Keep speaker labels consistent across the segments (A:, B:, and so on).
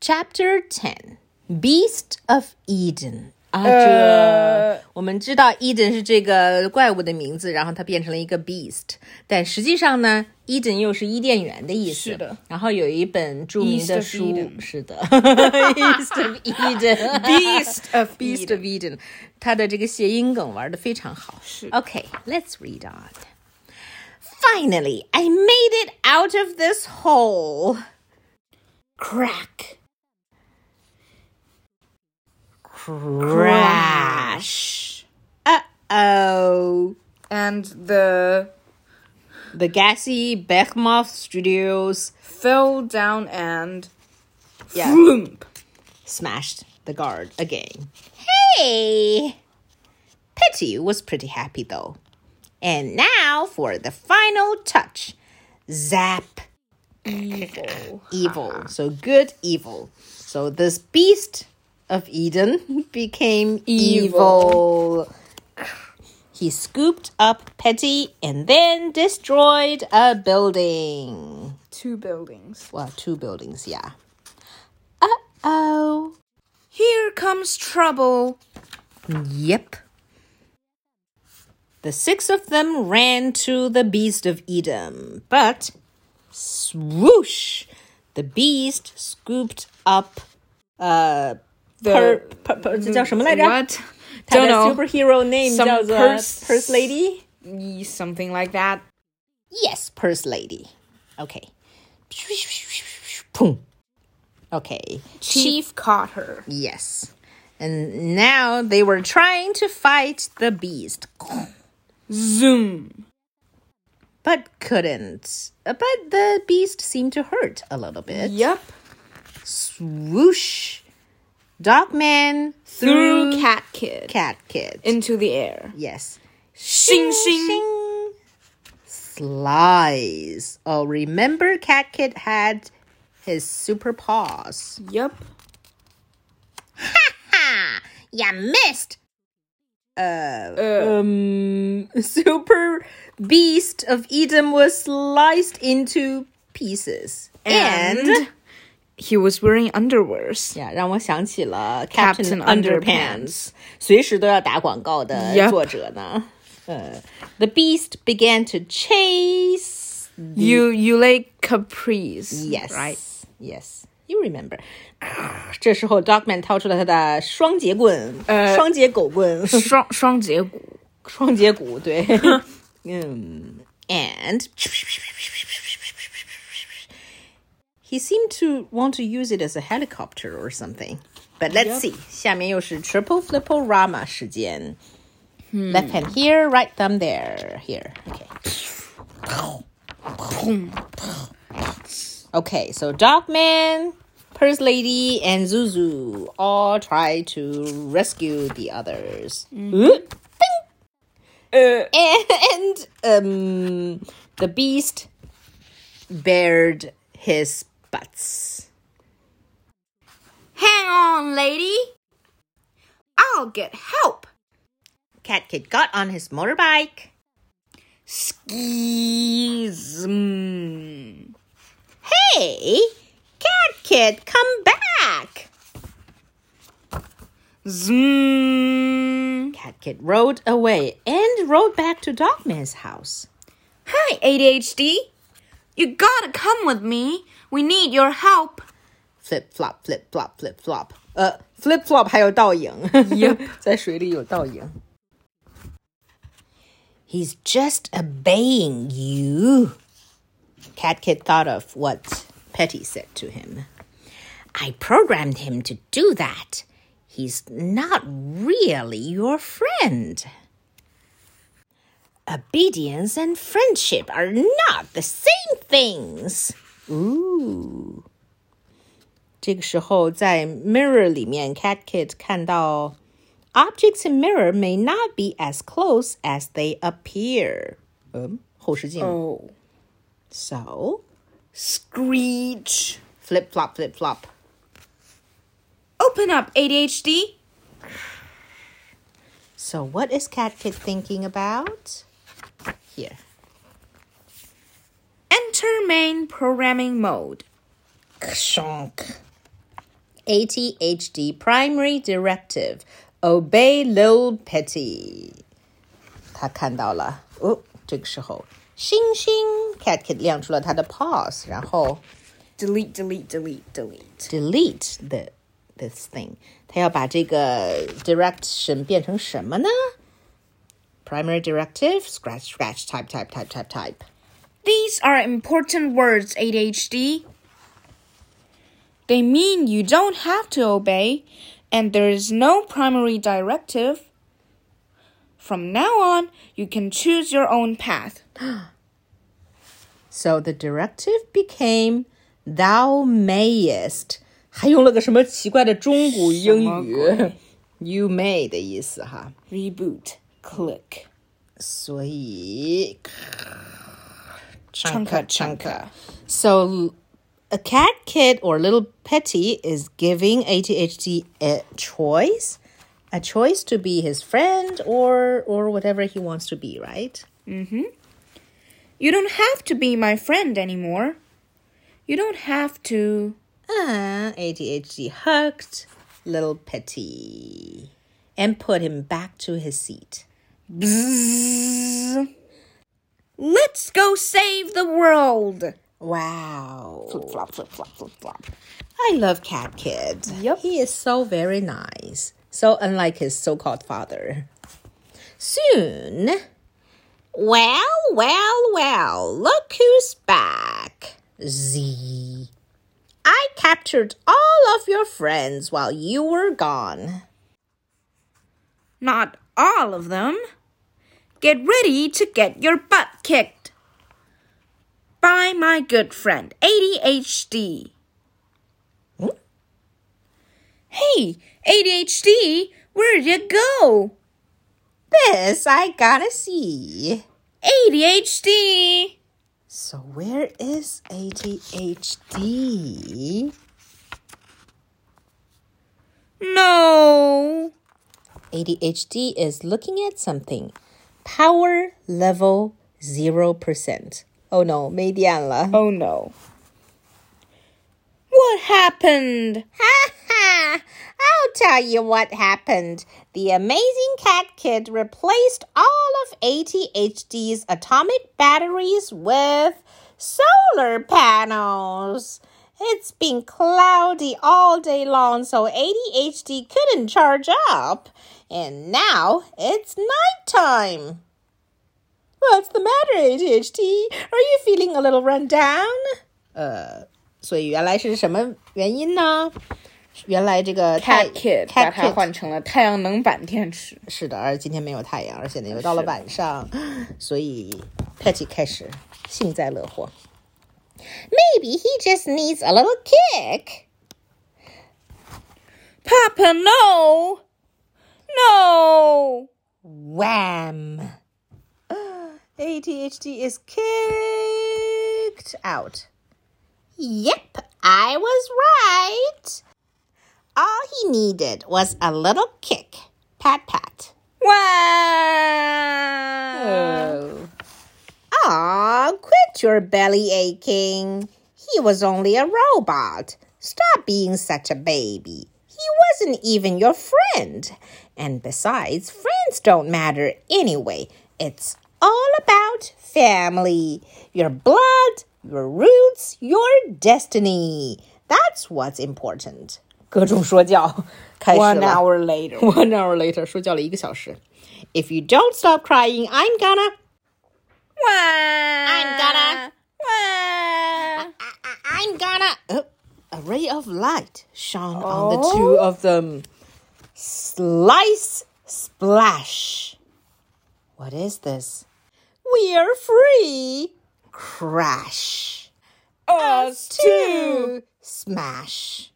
A: Chapter Ten: Beast of Eden。啊，
B: 呃
A: 这我们知道，Eden 是这个怪物的名字，然后它变成了一个 beast，但实际上呢，Eden 又是伊甸园的意思。
B: 是的。
A: 然后有一本著名
B: East
A: 的
B: of
A: 书
B: Eden
A: 是的 ，East of Eden。
B: Beast of
A: Beast of Eden，它的这个谐音梗玩的非常好。
B: 是
A: OK, let's read on. Finally, I made it out of this hole.
B: Crack.
A: Crash. Uh oh.
B: And the
A: The gassy Behemoth Studios
B: fell down and
A: Yeah.
B: Vroomp.
A: smashed the guard again. Hey! Pity was pretty happy though. And now for the final touch. Zap.
B: evil.
A: evil. So good evil. So this beast of Eden became evil. He scooped up Petty and then destroyed a building.
B: Two buildings.
A: Well, two buildings, yeah. Uh oh.
B: Here comes trouble.
A: Yep. The six of them ran to the beast of Edom, but swoosh, the beast scooped up uh per, mm,
B: The
A: per, per, 这叫什么来着？
B: What?
A: 它
B: Don't
A: 的
B: know.
A: superhero name
B: Some
A: 叫做
B: purse-
A: Purse Lady?
B: Ye- Something like that.
A: Yes, Purse Lady. Okay. Boom. Okay.
B: Chief caught her.
A: Yes. And now they were trying to fight the beast.
B: Zoom.
A: but couldn't. Uh, But the beast seemed to hurt a little bit.
B: Yep.
A: Swoosh! Dogman
B: Threw
A: threw cat,
B: Cat
A: kid.
B: Kid into the air.
A: yes.
B: Shing shing.
A: Shing. Slice. Oh, remember cat kid had his super paws.
B: Yep.
A: Ha! You missed. Uh, um, super beast of Edom was sliced into pieces.
B: And he was wearing underwears.
A: 呀让我想起了
B: Captain
A: Captain
B: Underpants
A: Underpants，随时都要打广告的
B: Yep
A: 作者呢。呃，The beast began to chase.
B: You you like capris.
A: Yes,
B: Right.
A: Yes, you remember. 这时候，Dogman 掏出了他的双节棍，
B: 呃
A: 双节狗 棍，
B: 双-双节骨。
A: 双节骨，对，嗯，and he seemed to want to use it as a helicopter or something. But let's see. 下面又是 triple flipple rama 时间。Left hand here, right thumb there. Here. Okay. Okay, so Dogman, Purse Lady, and Zuzu all try to rescue the others. Ooh, bing! and um, the beast bared his butts.
B: Hang on, lady. I'll get help.
A: Cat Kid got on his motorbike.
B: Schism.
A: Hey, Cat Kid, come back!
B: Zoom.
A: Cat Kid rode away and rode back to Dogman's house.
B: Hi, ADHD. You gotta come with me. We need your help.
A: flip flop flip flop flip flop，呃，flip flop 还有倒影
B: Yep
A: 在水里有倒影。He's just obeying you. Cat Kid thought of what Petty said to him. I programmed him to do that. He's not really your friend. Obedience and friendship are not the same things. Ooh. 这个时候在 mirror 里面，Cat Kid 看到 objects in mirror may not be as close as they appear。嗯，后视镜。
B: Oh.
A: So
B: Screech.
A: flip flop flip flop。
B: Open up, ADHD.
A: So what is Cat Kid thinking about? Here.
B: Enter main programming mode.
A: Shonk. ATHD Primary Directive Obey Low Petty。他看到了哦，这个时候星星 Cat Kid 亮出了他的 paws，然后
B: Delete, delete, delete, delete.
A: delete the this thing，他要把这个 direction 变成什么呢？Primary directive scratch scratch type type type type type。
B: These are important words, ADHD. They mean you don't have to obey, and there is no primary directive. From now on, you can choose your own path.
A: So the directive became "Thou mayest"，还用了个什么奇怪的中古英
B: 什么
A: 语，"You may" 的意思哈。
B: Reboot, click.
A: 所以
B: Chunka, chunka.
A: So a cat kid or little petty is giving ADHD a choice, a choice to be his friend or or whatever he wants to be, right?
B: You don't have to be my friend anymore. You don't have to.
A: Ah, ADHD hugged little petty and put him back to his seat.
B: Bzzz. Let's go save the world!
A: Wow.
B: Flop, flop, flop, flop, flop.
A: I love Cat Kid.
B: Yup.
A: He is so very nice. So unlike his so called father. Soon. Well, well, well, look who's back. Z. I captured all of your friends while you were gone.
B: Not all of them. Get ready to get your butt kicked by my good friend, ADHD. Hey, ADHD, where'd you go?
A: This I gotta see.
B: ADHD!
A: So, where is ADHD?
B: No!
A: ADHD is looking at something. Power level 0%. Oh no, 没电了。
B: Oh no. What happened?
A: Ha ha! I'll tell you what happened. The amazing cat kid replaced all of ADHD's atomic batteries with solar panels. It's been cloudy all day long, so ADHD couldn't charge up. And now it's nighttime. What's the matter, ADHD? Are you feeling a little run down? 所以原来是什么原因呢？原来这个太
B: Cat Kid
A: Cat
B: 把它
A: Kid
B: 换成了太阳能板电池。
A: 是的，而今天没有太阳，而且呢又到了晚上，所以 Patty 开始幸灾乐祸。Maybe he just needs a little kick.
B: Papa, no! No!
A: Wham! ADHD is kicked out. Yep, I was right. All he needed was a little kick. Pat, pat.
B: Wow!
A: Oh. Aw, quit your belly aching. He was only a robot. Stop being such a baby. He wasn't even your friend. And besides, friends don't matter anyway. It's all about family your blood, your roots, your destiny. That's what's important. 各种说教开始了。
B: One hour later.
A: One hour later，说教了一个小时。If you don't stop crying, I'm gonna
B: Wow!
A: I'm gonna-
B: Wow!
A: I, I, I'm gonna. Oh, a ray of light shone on the two of them. Slice, splash. What is this? We are free. Crash.
B: Us too!
A: Smash.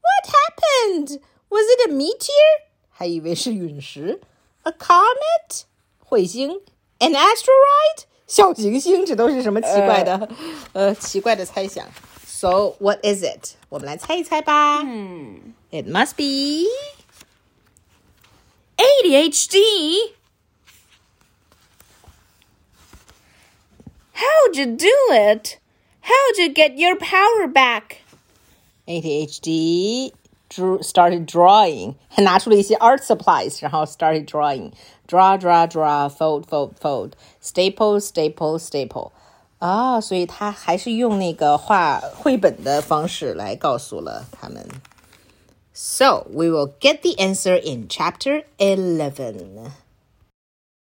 A: What happened? Was it a meteor? 还以为是陨石。A comet? 彗星? An asteroid? 小行星?这都是什么奇怪的-呃，奇怪的猜想。So what is it? 我们来猜一猜吧。It must be
B: ADHD? How'd you do it? How'd you get your power back?
A: ADHD drew, started drawing，还 拿出了一些 art supplies，然后 started drawing。Draw, draw, draw, fold, fold, fold, staple, staple, staple。啊，所以他还是用那个画绘本的方式来告诉了他们。So we will get the answer in chapter eleven.